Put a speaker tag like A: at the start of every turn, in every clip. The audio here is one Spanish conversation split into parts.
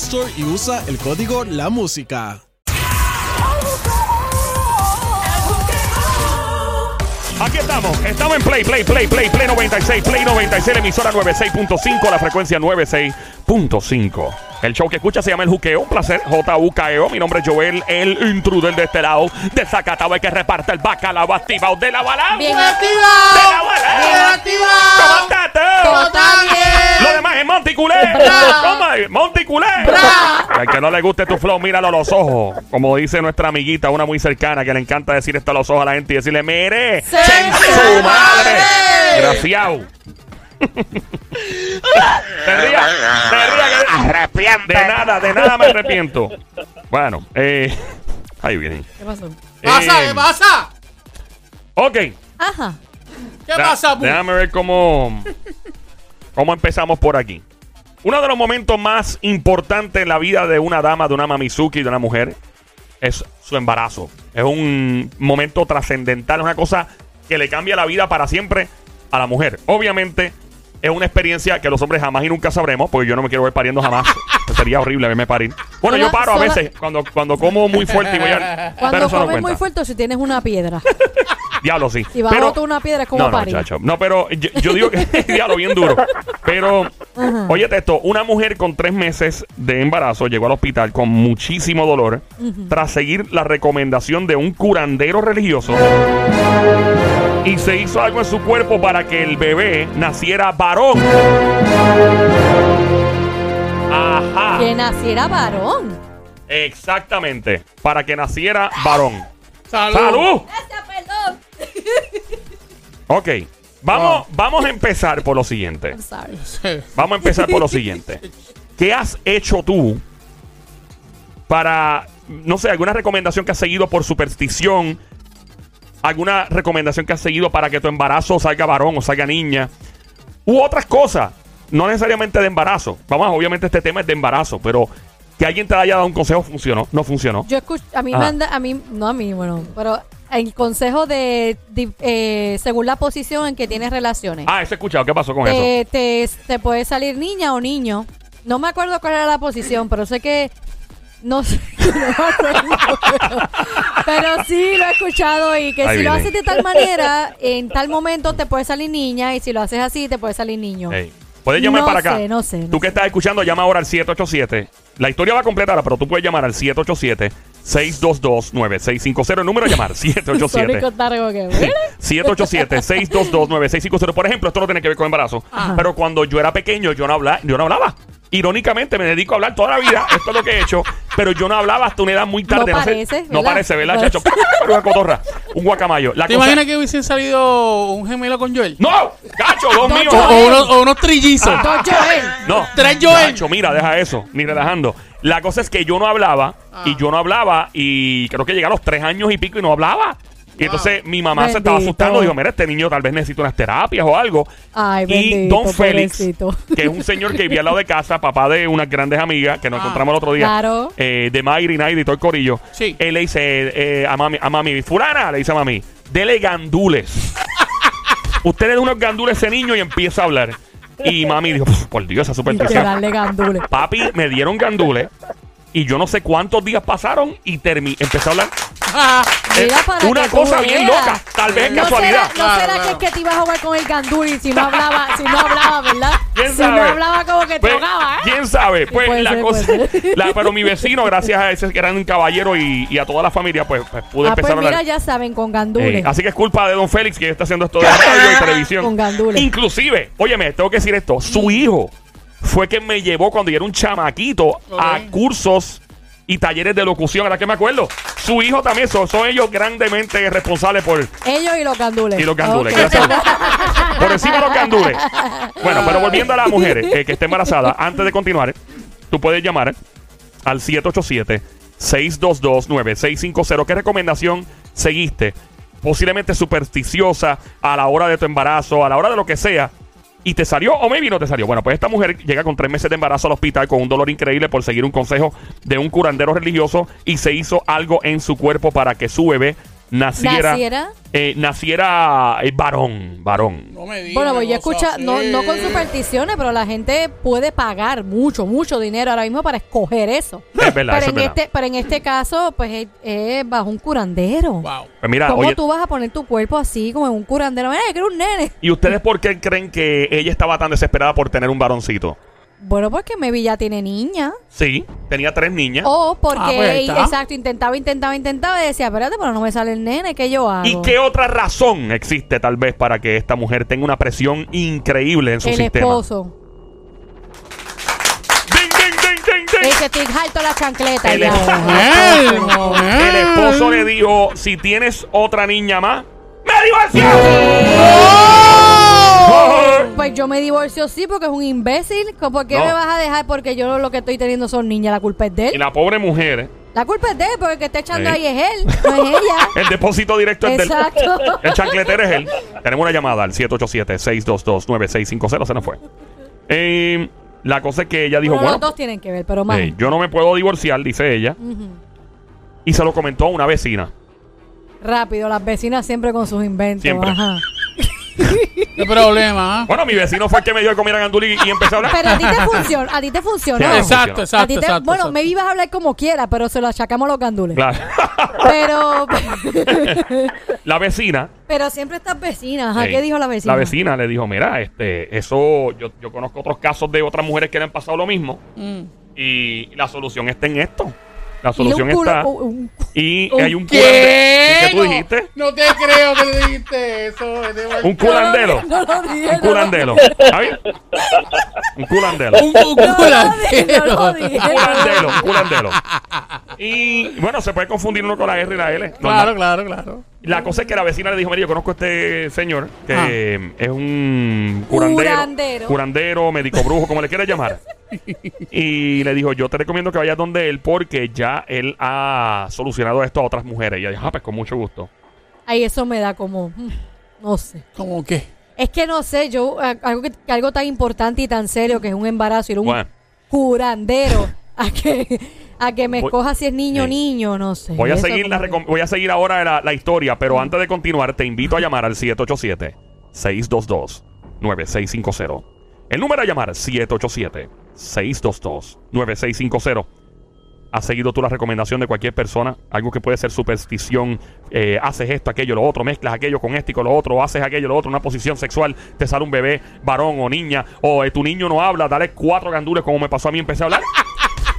A: Store y usa el código La Música.
B: Aquí estamos, estamos en Play, Play, Play, Play, Play 96, Play 96, la emisora 96.5, la frecuencia 96.5. El show que escucha se llama El Juqueo, un placer, J-U-K-E-O. E Mi nombre es Joel, el intruder de este lado, de Zacatau, el que reparte el bacalao activado de la balanza.
C: Bien
B: ¡De
C: activado.
B: la balanza!
C: Bien
B: ¿Cómo
C: activado.
B: estás
C: Todo
B: tú?
C: está bien.
B: Lo demás es Monticulé.
C: Bra.
B: ¿Cómo es? Monticulé.
C: Bra.
B: Al que no le guste tu flow, míralo a los ojos. Como dice nuestra amiguita, una muy cercana, que le encanta decir esto a los ojos a la gente y decirle, mire,
C: ¡Sen
B: su madre.
C: su madre!
B: Graciao. te rías, te rías. que- De nada, de nada me arrepiento. Bueno, eh. Ahí viene.
C: ¿Qué pasó?
B: Eh,
D: pasa? ¿Qué pasa?
B: Ok.
C: Ajá.
B: Ah,
D: ¿Qué
B: Da-
D: pasa, Bu?
B: Déjame ver cómo, cómo empezamos por aquí. Uno de los momentos más importantes en la vida de una dama, de una mamizuki, de una mujer, es su embarazo. Es un momento trascendental, es una cosa que le cambia la vida para siempre a la mujer. Obviamente, es una experiencia que los hombres jamás y nunca sabremos, porque yo no me quiero ver pariendo jamás. Sería horrible verme parir. Bueno, yo
C: Sola-
B: paro a
C: sola-
B: veces cuando, cuando como muy fuerte y voy a. pero
C: Cuando
B: eso no
C: comes muy
B: cuenta.
C: fuerte, si tienes una piedra.
B: Diablo, sí.
C: Si vas a botar una piedra, es como
B: no, no,
C: parir.
B: chacho. No, pero yo, yo digo que diablo bien duro. Pero, oye esto, una mujer con tres meses de embarazo llegó al hospital con muchísimo dolor tras seguir la recomendación de un curandero religioso y se hizo algo en su cuerpo para que el bebé naciera varón. Ajá.
C: Que naciera varón.
B: Exactamente. Para que naciera varón.
D: ¡Salud!
B: ¡Salud!
C: Gracias, perdón.
B: Ok. Vamos, vamos a empezar por lo siguiente.
C: I'm sorry.
B: Vamos a empezar por lo siguiente. ¿Qué has hecho tú para, no sé, alguna recomendación que has seguido por superstición? ¿Alguna recomendación que has seguido para que tu embarazo salga varón o salga niña? U otras cosas, no necesariamente de embarazo. Vamos, obviamente este tema es de embarazo, pero que alguien te haya dado un consejo funcionó, no funcionó.
C: Yo escucho, a mí
B: Ajá.
C: me anda, a mí, no a mí, bueno, pero el consejo de, de- eh, según la posición en que tienes relaciones.
B: Ah, eso he escuchado, ¿qué pasó con eso?
C: te, Eh, te, te puede salir niña o niño. No me acuerdo cuál era la posición, pero sé que. No sé, no me acuerdo, pero, pero sí lo he escuchado y que
B: Ahí
C: si lo
B: viene.
C: haces de tal manera, en tal momento te puede salir niña y si lo haces así te puede salir niño.
B: Ey, Puedes llamar
C: No
B: para acá.
C: sé, no sé, no
B: Tú que
C: sé.
B: estás escuchando, llama ahora al 787. La historia va a completar, pero tú puedes llamar al 787 622 9650 El número a llamar,
C: Sonico
B: 787.
C: está como que, "¿Really?"
B: 787-622-9650. Por ejemplo, esto no tiene que ver con embarazo. Pero cuando yo era pequeño, yo no hablaba. Yo no hablaba. Irónicamente, me dedico a hablar toda la vida. Esto es lo que he hecho. Pero yo no hablaba hasta una edad muy tarde.
C: No
B: sé-
C: parece,
B: no
C: ¿verdad?
B: parece, ¿verdad,
C: No
B: chacho? Una cotorra. Un guacamayo. La
D: ¿Te
B: cosa-
D: imaginas que hubiesen salido un gemelo con Joel?
B: ¡No! ¡Cacho, dos
C: No,
B: míos!
D: O, o unos, o unos trillizos.
C: Don Joel.
B: Ah. No.
D: Tres Joel.
B: Nacho, mira, deja eso. Ni relajando. La cosa es que yo no hablaba.
D: Ah.
B: Y yo no hablaba. Y creo que llegué a los tres años y pico y no hablaba. Y entonces mi mamá se estaba
C: Bendito.
B: asustando. Dijo, mira, este niño tal vez necesita unas terapias o algo.
C: Ay,
B: y
C: bendito,
B: Don Félix,
C: pobrecito.
B: que es un señor que vivía al lado de casa, papá de unas grandes amigas que nos
D: Ah,
B: encontramos el otro día.
C: claro.
B: eh, de Mayri, Nairi y todo el corillo.
D: Sí.
B: Él le dice eh, a, mami, a mami, fulana, le dice a mami, dele gandules. Usted le da unos gandules a ese niño y empieza a hablar. Y mami dijo, "Pf, por Dios, esa
C: Y que
B: superstición.
C: darle gandules.
B: Papi, me dieron gandules y yo no sé cuántos días pasaron y termi empecé a hablar
D: Ah,
C: Mira para
B: Eh, una
C: que tú
B: cosa bien
C: veas.
B: loca. Tal vez es
C: No será,
B: casualidad.
C: no será
D: Claro,
C: que
D: claro.
C: el que te iba a jugar con el gandul y si no hablaba, si no hablaba, ¿verdad?
B: ¿Quién
C: si
B: sabe?
C: no hablaba como que te
B: Pues,
C: ahogaba, ¿eh?
B: ¿Quién sabe? Pues
C: puede
B: la
C: ser,
B: cosa.
C: puede ser.
B: la- pero mi vecino, gracias a ese gran caballero y, y a toda la familia, pues, pues, pude
C: Ah,
B: empezar
C: pues
B: a hablar.
C: mira, ya saben, con
B: Eh,
C: gandules.
B: así que es culpa de don Félix que está haciendo esto de radio y televisión.
C: Con gandules.
B: Inclusive, óyeme, tengo que decir esto. Su hijo fue quien me llevó cuando yo era un chamaquito a
D: Ok.
B: cursos y talleres de locución. Ahora que me acuerdo. Su hijo también. Son, son ellos grandemente responsables por...
C: Ellos y los gandules.
B: Y los gandules.
C: Ok.
B: gracias. Por encima de los gandules. Bueno, pero volviendo a las mujeres eh, que esté embarazada, antes de continuar, tú puedes llamar al 787-622-9650. ¿Qué recomendación seguiste? Posiblemente supersticiosa a la hora de tu embarazo, a la hora de lo que sea. Y te salió o maybe no te salió. Bueno, pues esta mujer llega con tres meses de embarazo al hospital con un dolor increíble por seguir un consejo de un curandero religioso y se hizo algo en su cuerpo para que su bebé naciera
C: ¿Naciera?
B: eh, naciera eh, varón, varón.
D: No me digas.
C: Bueno, pues yo
D: cosas
C: escucha, no,
D: así.
C: no con supersticiones, pero la gente puede pagar mucho, mucho dinero ahora mismo para escoger eso.
B: Es verdad,
C: pero,
B: eso es
C: en
B: verdad.
C: este, pero en este caso, pues es, es bajo un curandero.
D: Wow.
B: Pues mira,
C: ¿Cómo
B: oye,
C: tú vas a poner tu cuerpo así como en un curandero? Mira, que un nene.
B: ¿y ustedes por qué creen que ella estaba tan desesperada por tener un varoncito?
C: Bueno, porque maybe ya tiene niña.
B: Sí, tenía tres niñas.
C: O porque,
D: Ah, pues ahí está.
C: exacto, intentaba, intentaba, intentaba y decía, espérate, pero no me sale el nene, ¿qué yo hago?
B: ¿Y qué otra razón existe tal vez para que esta mujer tenga una presión increíble en su
C: el
B: sistema?
C: esposo.
B: ¡Ding, ding, ding, ding, ding!
C: Dice, estoy harto la chancleta.
B: El
C: ya".
B: esposo.
D: Mujer, mujer.
B: Ah, El
C: Mm.
B: esposo le dijo, si tienes otra niña más, ¡me divorcio!
C: Pues yo me divorcio sí porque es un imbécil. Co- ¿Por qué
B: No.
C: me vas a dejar? Porque yo lo que estoy teniendo son niñas. La culpa es de
B: Y
C: él.
B: la pobre mujer,
C: La culpa es de él porque el que está echando
B: Sí.
C: ahí es él, no es ella.
B: el depósito directo es del...
C: Exacto.
B: El chancletero es él. Tenemos una llamada al 787-622-9650. Se nos fue. Eh, la cosa es que ella dijo,
C: Bueno,
B: bueno,
C: los dos tienen que ver, pero más.
B: eh, yo no me puedo divorciar, dice ella.
C: Ujú.
B: Y se lo comentó a una vecina.
C: Rápido, las vecinas siempre con sus inventos.
B: Siempre.
C: Ajá.
D: ¿Qué problema? ah?
B: Bueno, mi vecino fue el que me dio de comer a Ganduli y empezó a hablar.
C: Pero a ti te funciona, a ti te
B: Sí,
C: funciona.
D: Exacto,
C: A
D: exacto,
C: ti te-
D: exacto.
C: bueno,
D: exacto.
C: maybe vas a hablar como quiera, pero se lo achacamos a los gandules.
B: Claro.
C: Pero,
B: la vecina.
C: pero siempre estas vecinas. Ajá,
B: eh,
C: ¿Qué dijo la vecina?
B: La vecina le dijo, mira, este, eso, yo, yo conozco otros casos de otras mujeres que le han pasado lo mismo.
D: Mm.
B: Y la solución está en esto. La
C: Y
B: solución
C: un culo-
B: está...
C: un-
B: Y hay un
D: ¿Qué?
B: curandero. ¿Qué tú
D: No,
B: dijiste?
D: No te creo que te dijiste eso. vete mal.
B: Un curandero.
C: No lo dije,
B: Un
C: no lo
B: curandero. ¿Está bien? Un curandero.
D: Un, un
C: No lo dije,
D: curandero.
C: no lo dije.
B: Un curandero. Un curandero. Y bueno, se puede confundir uno con la R y la L.
D: Claro,
B: Normal.
D: claro, claro.
B: La cosa es que la vecina le dijo, mire, yo conozco a este señor que
D: Ah.
B: es un curandero,
C: Curandero.
B: curandero, médico brujo, como le quieras llamar. y le dijo, yo te recomiendo que vayas donde él porque ya él ha solucionado esto a otras mujeres. Y ella dijo, ah, pues con mucho gusto.
C: Ay, eso me da como. mm, No sé.
D: ¿Cómo qué?
C: Es que no sé, yo. a- Algo, que, que algo tan importante y tan serio que es un embarazo, ir a un
B: Bueno.
C: curandero a que, a que me
B: Voy-
C: escoja si es niño o
B: Sí.
C: niño, no sé.
B: Voy a,
C: Eso
B: seguir la
C: como que-
B: recom- voy a seguir ahora la, la historia, pero antes de continuar, te invito a llamar al 787-622-9650. El número a llamar, 787-622-9650. ¿Has seguido tú la recomendación de cualquier persona? Algo que puede ser superstición. eh, haces esto, aquello, lo otro. Mezclas aquello con esto y con lo otro. Haces aquello, lo otro. Una posición sexual. Te sale un bebé, varón o niña. O eh, tu niño no habla. Dale cuatro gandules como me pasó a mí. Empecé a hablar.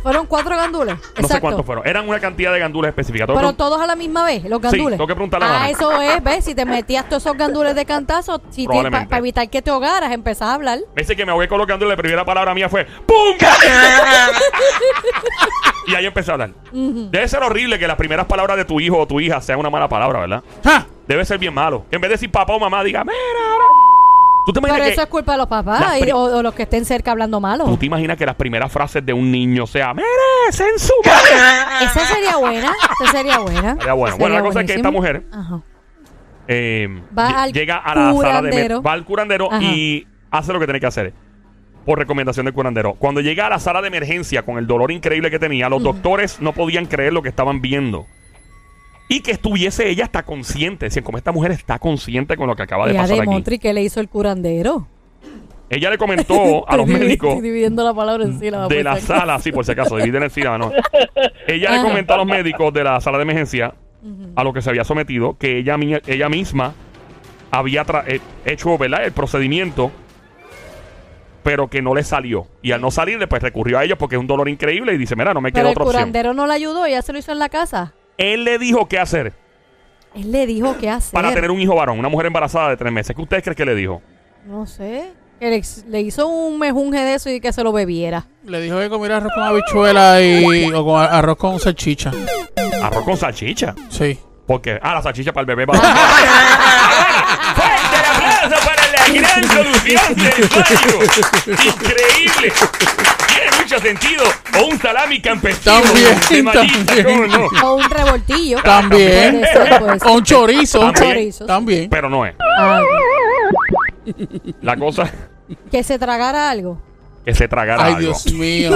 C: Fueron cuatro gandules.
B: No sé
C: Exacto.
B: cuántos fueron. Eran una cantidad de gandules específica. Tengo que
C: Pero todos a la misma vez, los gandules.
B: tengo que preguntarle a la
C: Ah,
B: mamá.
C: eso es, ¿ves? Si te metías todos esos gandules de cantazo, si para
B: Probablemente.
C: evitar que te ahogaras, empezás a hablar.
B: Me dice que me voy colocando y la primera palabra mía fue ¡Pum! y ahí empecé a hablar. Debe ser horrible que las primeras palabras de tu hijo o tu hija sean una mala palabra, ¿verdad?
D: ¡Ja!
B: Debe ser bien malo. Que en vez de decir papá o mamá, diga, mira, ahora". ¿Tú te imaginas
C: Pero
B: que,
C: eso es culpa de los
B: Las
C: papás y-
B: pri-
C: o, o los que estén cerca hablando
B: ¿tú
C: malo.
B: te imaginas que las primeras frases de un niño sea merecen su madre"?
C: Esa sería buena. Esa sería buena.
B: Sería buena. Bueno, la cosa es que esta
C: buenísima.
B: mujer-
C: Ajá.
B: Eh,
C: Va
B: lle-
C: al
B: llega a la sala de
C: curandero.
B: emergencia. Va al curandero
C: Ajá.
B: y hace lo que tiene que hacer. Por recomendación del curandero. Cuando llega a la sala de emergencia con el dolor increíble que tenía, los doctores no podían creer lo que estaban viendo. Y que estuviese ella hasta consciente. Decían, como esta mujer está consciente con lo que acaba de
C: Y a
B: pasar aquí.
C: Demontri, ¿qué le hizo el curandero?
B: Ella le comentó a los
C: Estoy divi-
B: médicos
C: Estoy dividiendo la palabra en sílabas.
B: de
C: por
B: la
C: si acaso.
B: sala, sí, por si acaso, dividen el sílaba, ¿no? Ella le
C: pues, Ajá.
B: comentó a los médicos de la sala de emergencia
C: Ujú.
B: a lo que se había sometido, que ella, mi- ella misma había tra- eh, hecho ¿verdad? el procedimiento pero que no le salió. Y al no salirle, pues recurrió a ellos porque es un dolor increíble y dice, mira, no me queda
C: Pero el
B: otra opción.
C: curandero no la ayudó, ella se lo hizo en la casa.
B: Él le dijo qué hacer
C: Él le dijo qué hacer.
B: para tener un hijo varón, una mujer embarazada de tres meses. ¿Qué ustedes creen que le dijo?
C: No sé. Que le, le hizo un mejunje de eso y que se lo bebiera.
D: Le dijo que comiera arroz con habichuela y, o con arroz con salchicha.
B: Arroz con salchicha.
D: Sí.
B: Porque, ah, la salchicha para el bebé. Para... ¡Fuerte el aplauso para la gran solución del baño! ¡Increíble! Tiene mucho sentido. O un salami campesino.
D: También,
B: de mallita,
D: también.
B: ¿cómo no?
C: O un revoltillo.
D: También.
C: Puede ser, puede ser.
D: O un chorizo.
B: También.
C: Chorizo, sí.
D: También.
B: Pero no es.
C: Ah,
B: La cosa
C: que se tragara algo.
B: que se tragara
D: Ay,
B: algo.
D: Dios mío.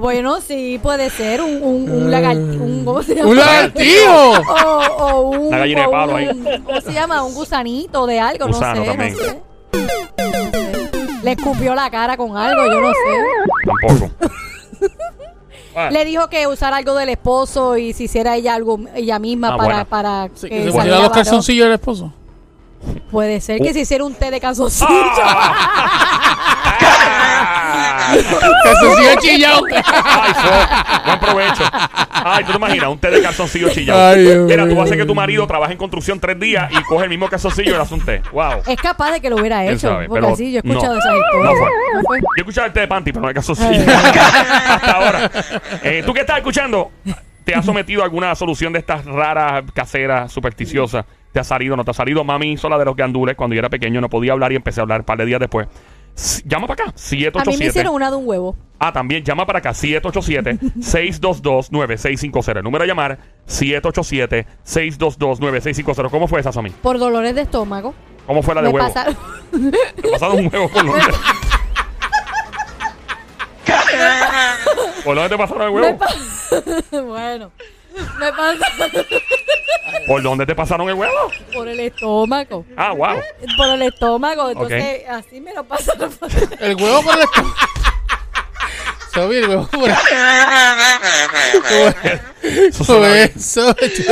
C: Bueno, sí, puede ser un, un, un lagartijo. Un, ¿cómo se llama?
D: ¡Un lagartijo!
C: O, o un.
B: Una gallina de
C: o
B: palo
C: un-
B: ahí.
C: ¿Cómo se llama? Un gusanito de algo,
B: Gusano
C: no sé.
B: también.
C: No sé. Le escupió la cara con algo, yo no sé.
B: Tampoco. Ah,
C: Le dijo que usara algo del esposo y si hiciera ella algo ella misma
B: Ah,
C: para,
B: buena.
C: para
D: Sí,
C: que
D: que se
C: saliera
D: pusiera los
C: varón.
D: calzoncillos del esposo.
C: Puede ser
D: Oh.
C: que se hiciera un té de calzoncillos.
B: ah,
D: Calzoncillos chillados.
B: Ay, fo, buen provecho. Ay, tú te imaginas, un té de calzoncillo chillado.
D: Ay, Dios
B: Mira, tú vas a hacer
D: mío.
B: que tu marido trabaje en construcción tres días y coge el mismo calzoncillo y le hace un té. Wow.
C: Es capaz de que lo hubiera
B: Él
C: hecho.
B: sabe,
C: porque
B: pero
C: así yo he
B: no.
C: escuchado esas
B: No
C: historias.
B: fue.
C: No fue.
B: Yo escuchaba el té de panty, pero no el calzoncillo. Hasta ahora. Eh, ¿Tú qué estás escuchando? ¿Te has sometido a alguna solución de estas raras, caseras, supersticiosas? ¿Te ha salido no te ha salido? Mami sola de los gandules. Cuando yo era pequeño no podía hablar y empecé a hablar un par de días después. S- Llama para acá,
C: A mí me
B: 787.
C: hicieron una de un huevo.
B: Ah, también llama para acá, 787-622-9650. El número a llamar, 787-622-9650. ¿Cómo fue esa, Sammy?
C: Por dolores de estómago.
B: ¿Cómo fue la de
C: Me
B: huevo?
C: pasaron.
B: Te pasaron un huevo por dónde. ¿Por dónde te pasaron el
C: me
B: huevo?
C: pa- bueno. Me pasaron
B: ¿Por dónde te pasaron el huevo?
C: por el estómago.
B: Ah, wow.
C: Por el estómago. Entonces, así me lo pasaron. por-
D: El huevo por el esposo. Sobi, el huevo por el
B: Eso
D: Eso
B: suena bien.
D: es. Eso es.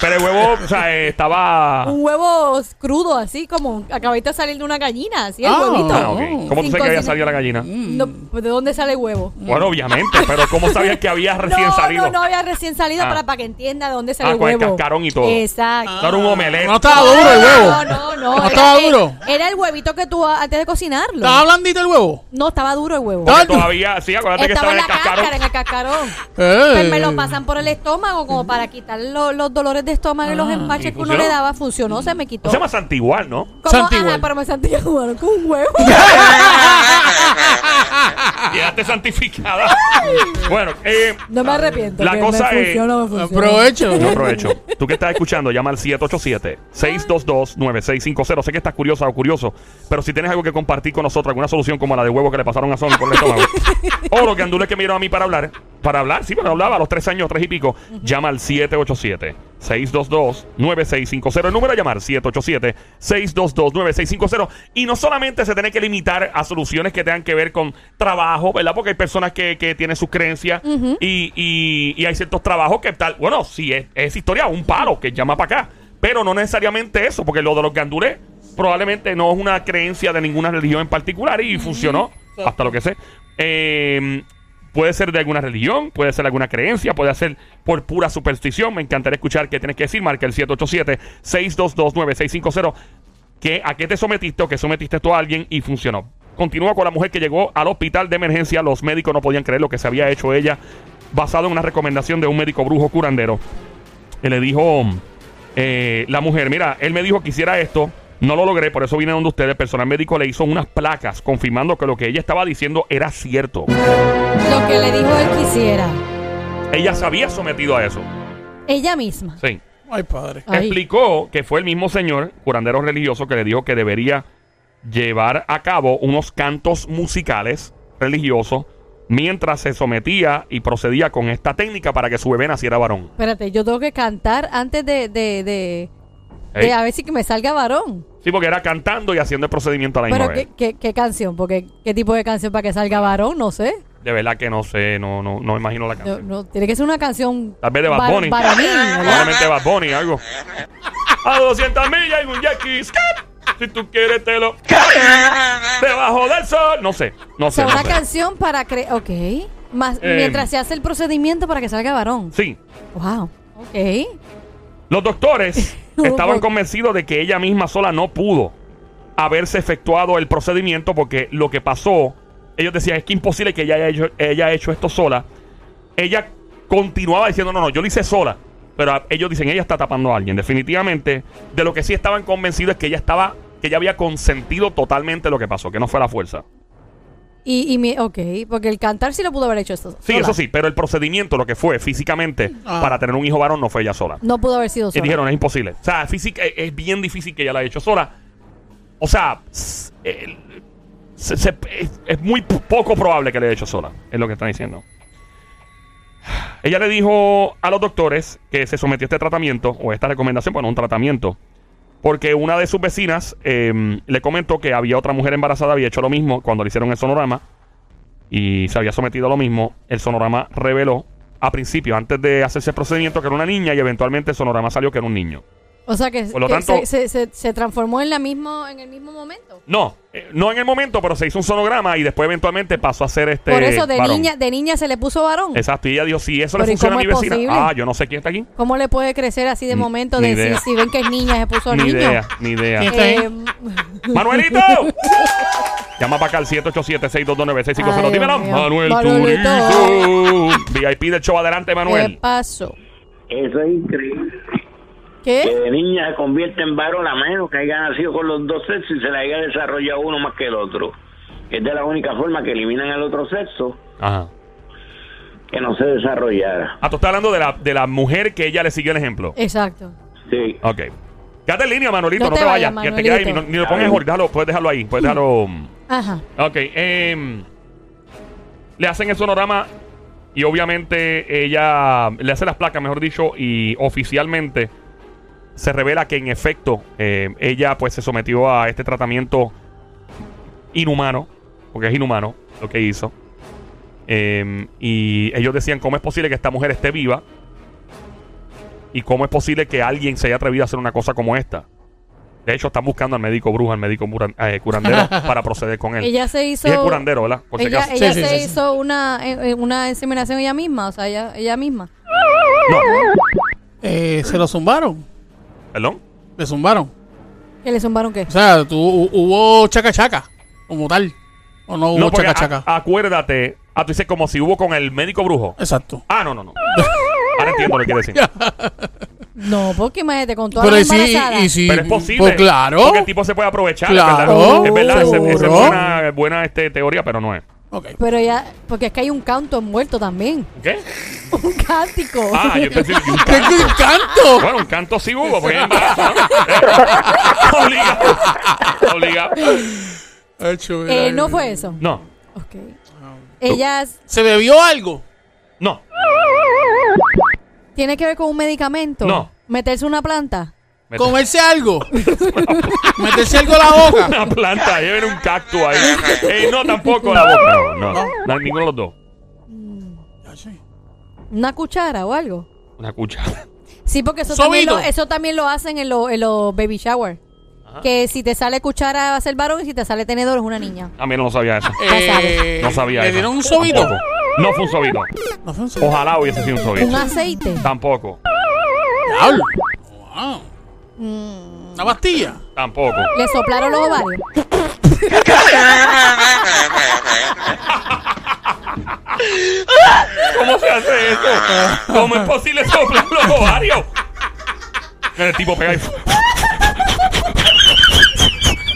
B: Pero el huevo, o sea, eh, estaba.
C: Un huevo crudo, así como acababiste de salir de una gallina. Así el
D: Ah.
C: huevito.
B: Ah, ok. ¿Cómo tú
C: Sin
B: sabes que había
C: cocinar. Mm.
B: salido la gallina?
C: No, ¿De dónde sale el huevo?
B: Bueno, obviamente, pero ¿cómo sabías que había recién
C: no,
B: salido?
C: no, no había recién salido
B: Ah.
C: para, para que entienda de dónde sale
B: Ah,
C: el
B: con el
C: huevo.
B: cascarón y todo.
C: Exacto.
B: No era un omelette.
D: No estaba Ah. duro el
C: No,
D: huevo.
C: no, no.
D: ¿No
C: era
D: estaba
C: que-
D: duro?
C: Era el huevito que tú a- antes de cocinarlo.
D: ¿Estaba blandito el huevo?
C: No, estaba duro el huevo.
D: Estaba-
B: Todavía, sí, acuérdate que estaba
C: Estaba en la
B: el cascarón.
C: cáscara, en el cascarón. Pues
D: Eh.
C: me lo pasan por el estómago como para quitar lo- los dolores de estómago y los
B: ¿y
C: empaches que uno
B: funcionó?
C: le daba. Funcionó, se me quitó.
B: No se llama Santigual, ¿no?
C: ¿Cómo?
D: Santi
C: Ajá,
D: igual.
C: pero me sentía jugando con un huevo.
B: Quedaste santificada. bueno, eh,
C: No me arrepiento.
B: La
C: que
B: cosa
C: me
B: es-
C: funcionó, me funcionó.
D: Aprovecho.
B: yo aprovecho. Tú que estás escuchando, llama al 787-622-9650. Sé que estás curiosa o curioso, pero si tienes algo que compartir con nosotros, alguna solución como la de huevo que le pasaron a Sony por el estómago, o los gandules que me dieron a mí para hablar, para hablar, sí, pero hablaba a los tres años, tres y pico, llama al 787-622-9650. El número a llamar, 787-622-9650. Y no solamente se tiene que limitar a soluciones que tengan que ver con trabajo, ¿verdad? Porque hay personas que, que tienen sus creencias y, y- y hay ciertos trabajos que tal. Bueno, sí, es, es historia, un paro que llama para acá. Pero no necesariamente eso, porque lo de los gandules probablemente no es una creencia de ninguna religión en particular y funcionó, hasta lo que sé. Eh, Puede ser de alguna religión, puede ser de alguna creencia, puede ser por pura superstición. Me encantaría escuchar qué tienes que decir. Marca el 787-622-9650. ¿Qué- ¿A qué te sometiste o que sometiste tú a alguien y funcionó? Continúa con la mujer que llegó al hospital de emergencia. Los médicos no podían creer lo que se había hecho ella, basado en una recomendación de un médico brujo curandero. Que le dijo eh, la mujer, mira, él me dijo que hiciera esto, no lo logré, por eso vine donde ustedes. El personal médico le hizo unas placas confirmando que lo que ella estaba diciendo era cierto.
C: Lo que le dijo él quisiera.
B: Ella se había sometido a eso.
C: Ella misma.
B: Sí.
D: Ay, padre.
C: Ay.
B: Explicó que fue el mismo señor, curandero religioso, que le dijo que debería llevar a cabo unos cantos musicales religiosos mientras se sometía y procedía con esta técnica para que su bebé naciera varón.
C: Espérate, yo tengo que cantar antes de, de, de,
B: Ey.
C: de a ver si que me salga varón.
B: Sí, porque era cantando y haciendo el procedimiento a la misma
C: Pero
B: vez.
C: ¿qué, qué, qué canción, porque qué tipo de canción para que salga varón, no sé.
B: De verdad que no sé, no, no, no me imagino la
C: No,
B: canción.
C: no, tiene que ser una canción
B: Tal vez de Bad
C: var-
B: Bunny.
C: varonil, ¿verdad?
B: Probablemente Bad Bunny, algo. A 200 millas en un jet ski, skip. Si tú quieres, te lo. Debajo del sol. No sé, no
C: O
B: sé.
C: sea,
B: no
C: una
B: sé.
C: canción para cre... Ok. Más,
B: Eh.
C: mientras se hace el procedimiento para que salga varón.
B: Sí.
C: Wow. Ok.
B: Los doctores estaban convencidos de que ella misma sola no pudo haberse efectuado el procedimiento porque lo que pasó, ellos decían, es que imposible que ella haya hecho, ella haya hecho esto sola. Ella continuaba diciendo, no, no, yo lo hice sola. Pero a- ellos dicen, ella está tapando a alguien. Definitivamente, de lo que sí estaban convencidos es que ella estaba, que ella había consentido totalmente lo que pasó, que no fue la fuerza.
C: Y, y mi, ok, porque el cantar sí lo pudo haber hecho esto.
B: Sí,
C: sola.
B: eso sí, pero el procedimiento, lo que fue físicamente
D: Ah.
B: para tener un hijo varón, no fue ella sola.
C: No pudo haber sido
B: Y
C: sola.
B: dijeron, es imposible. O sea, física, es- es bien difícil que ella la haya hecho sola. O sea, s- el- se- se- es, es muy p- poco probable que la haya hecho sola, es lo que están diciendo. Ella le dijo a los doctores que se sometió a este tratamiento, o esta recomendación, bueno, un tratamiento, porque una de sus vecinas eh, le comentó que había otra mujer embarazada, había hecho lo mismo cuando le hicieron el sonorama, y se había sometido a lo mismo. El sonorama reveló a principio, antes de hacerse el procedimiento, que era una niña, y eventualmente el sonorama salió que era un niño.
C: O sea que,
B: Por lo
C: que
B: tanto-
C: se, se- se- se transformó en, la mismo, en el mismo momento.
B: No, eh, no en el momento, pero se hizo un sonograma y después eventualmente pasó a ser este.
C: Por eso de
B: varón.
C: niña de niña se le puso varón.
B: Exacto, y ella dijo: si eso le
C: Pero ¿y
B: funciona a
C: cómo
B: mi
C: es
B: vecina.
C: posible?
B: Ah, yo no sé quién está aquí.
C: ¿Cómo le puede crecer así de
B: Ni-
C: momento
B: ni
C: de
B: idea.
C: si, si ven que es niña se puso
B: Ni
C: niño?
B: idea, ni idea.
D: ¿Quién está ahí?
C: Eh,
B: ¡Manuelito! Llama para acá al 787-622-9650.
C: Ay,
B: Dímelo,
C: Dios mío.
B: Manuel
C: Manuelito.
B: Turizo. VIP del show, adelante,
C: ¿Qué
B: Manuel.
C: pasó?
E: Eso es increíble. Que
C: ¿Qué?
E: de niña se convierte en varón a menos que haya nacido con los dos sexos y se le haya desarrollado uno más que el otro. Es de la única forma que eliminan el otro sexo
B: Ajá.
E: que no se desarrollara.
B: Ah, tú estás hablando de la, de la mujer que ella le siguió el ejemplo.
C: Exacto.
E: Sí.
B: Ok. Quédate en línea, Manuelito, no, te, vayas. que te quedes ahí, ni,
C: Manuelito.
B: ni lo pongas, déjalo, puedes dejarlo ahí, puedes dejarlo.
C: Ajá.
B: Ok, em, le hacen el sonorama y obviamente ella le hace las placas, mejor dicho, y oficialmente se revela que en efecto eh, ella pues se sometió a este tratamiento inhumano, porque es inhumano lo que hizo. Em, y ellos decían, ¿cómo es posible que esta mujer esté viva? ¿Y cómo es posible que alguien se haya atrevido a hacer una cosa como esta? De hecho, están buscando al médico brujo, al médico curan- eh, curandero, para proceder con él.
C: Ella se
B: Y es
C: hizo
B: curandero, ¿verdad? Por si
C: ella,
B: acaso.
C: ella
D: Sí, sí,
C: se
D: sí, sí.
C: hizo una eh, eh, una inseminación ella misma, o sea, ella, ella misma.
B: No,
D: Eh, se lo zumbaron.
B: perdón.
D: Le zumbaron.
C: ¿Que le zumbaron qué?
D: O sea, tú, hu- hubo chaca chaca. Como tal. O no hubo
B: No, porque
D: Oh, chaca
B: a-
D: chaca.
B: acuérdate. Ah, tú dices como si hubo con el médico brujo.
D: Exacto.
B: Ah, no, no, no. Ahora entiendo lo que quiere decir.
C: No, porque imagínate con toda
D: Pero
C: la
D: y sí,
C: embarazada.
D: y sí.
B: Pero es posible.
D: Pues claro.
B: Porque el tipo se puede aprovechar.
D: Claro.
B: Es verdad. Es verdad. ese- esa es
D: Seguro.
B: buena, buena este, teoría, pero no es.
D: Ok.
C: Pero ya, porque es que hay un canto envuelto también.
B: ¿Qué?
C: Un cántico.
B: Ah, yo te estoy diciendo.
D: ¡Qué encanto!
B: Bueno, un canto sí hubo, porque es embarazo, ¿no? Obligado. Obligado.
C: Eh, no fue eso.
B: No,
C: Ok. Ellas
D: ¿Se bebió algo?
B: no.
C: tiene que ver con un medicamento.
B: No.
C: Meterse una planta.
B: Me-
D: ¿Comerse algo? ¿Meterse algo a la boca?
B: Una planta, ahí viene un cactus ahí. Eh, no, tampoco la boca. No, no, no, ninguno de los dos.
C: Una cuchara o algo.
B: Una cuchara.
C: Sí, porque eso también,
D: Sobito.
C: lo, eso también lo hacen en, lo- en los baby shower.
B: Ah.
C: Que si te sale cuchara va a ser varón y si te sale tenedor es una niña.
B: A mí no lo sabía eso.
D: Eh,
B: No sabía
D: ¿Le
B: eso.
D: dieron un sobito?
B: Tampoco. No fue un sobito.
D: No fue un sobito.
B: Ojalá hubiese sido un
C: Un
B: sobito.
C: aceite.
B: Tampoco.
D: Diablo. Wow. ¿Una pastilla?
B: Tampoco.
C: Le soplaron los ovarios.
B: ¿Cómo se hace eso? ¿Cómo es posible soplar los ovarios? El tipo pega y...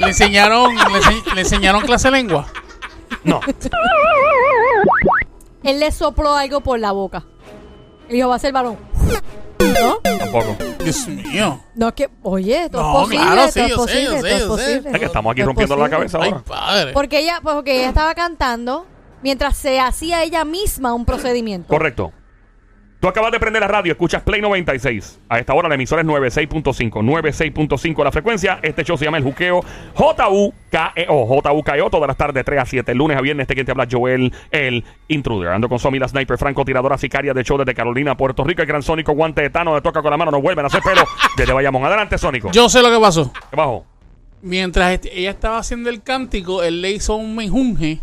D: ¿Le enseñaron, le, ense- le enseñaron clase de lengua?
B: No.
C: Él le sopló algo por la boca. Le dijo, va a ser varón. ¿No?
B: Tampoco.
D: Dios mío.
C: No, es que, oye, esto
D: No,
C: es posible.
D: claro,
C: esto
D: sí,
C: es
D: yo sé,
C: posible,
D: yo
C: esto
D: sé,
C: es
D: yo sé.
C: posible.
B: Es que estamos aquí
C: Esto es
B: rompiendo la
C: posible.
B: cabeza
D: Ay,
B: ahora.
D: padre.
C: Porque ella, pues, porque ella estaba cantando mientras se hacía ella misma un procedimiento.
B: Correcto. Tú acabas de prender la radio, escuchas Play 96. A esta hora la emisora es 96.5. 96.5 la frecuencia. Este show se llama El Juqueo. J-U-K-E-O. J-U-K-E-O. E Todas las tardes, 3 a 7. Lunes a viernes, este quien te habla, Joel, el intruder. Ando con Somi, la sniper, franco, tiradora, sicaria de show desde Carolina, Puerto Rico. El gran Sónico, guante de Tano, le toca con la mano, no vuelven a hacer pelo. Desde Bayamón. Adelante, Sónico.
D: Yo sé lo que pasó.
B: Abajo.
D: mientras este- ella estaba haciendo el cántico, él le hizo un menjunje,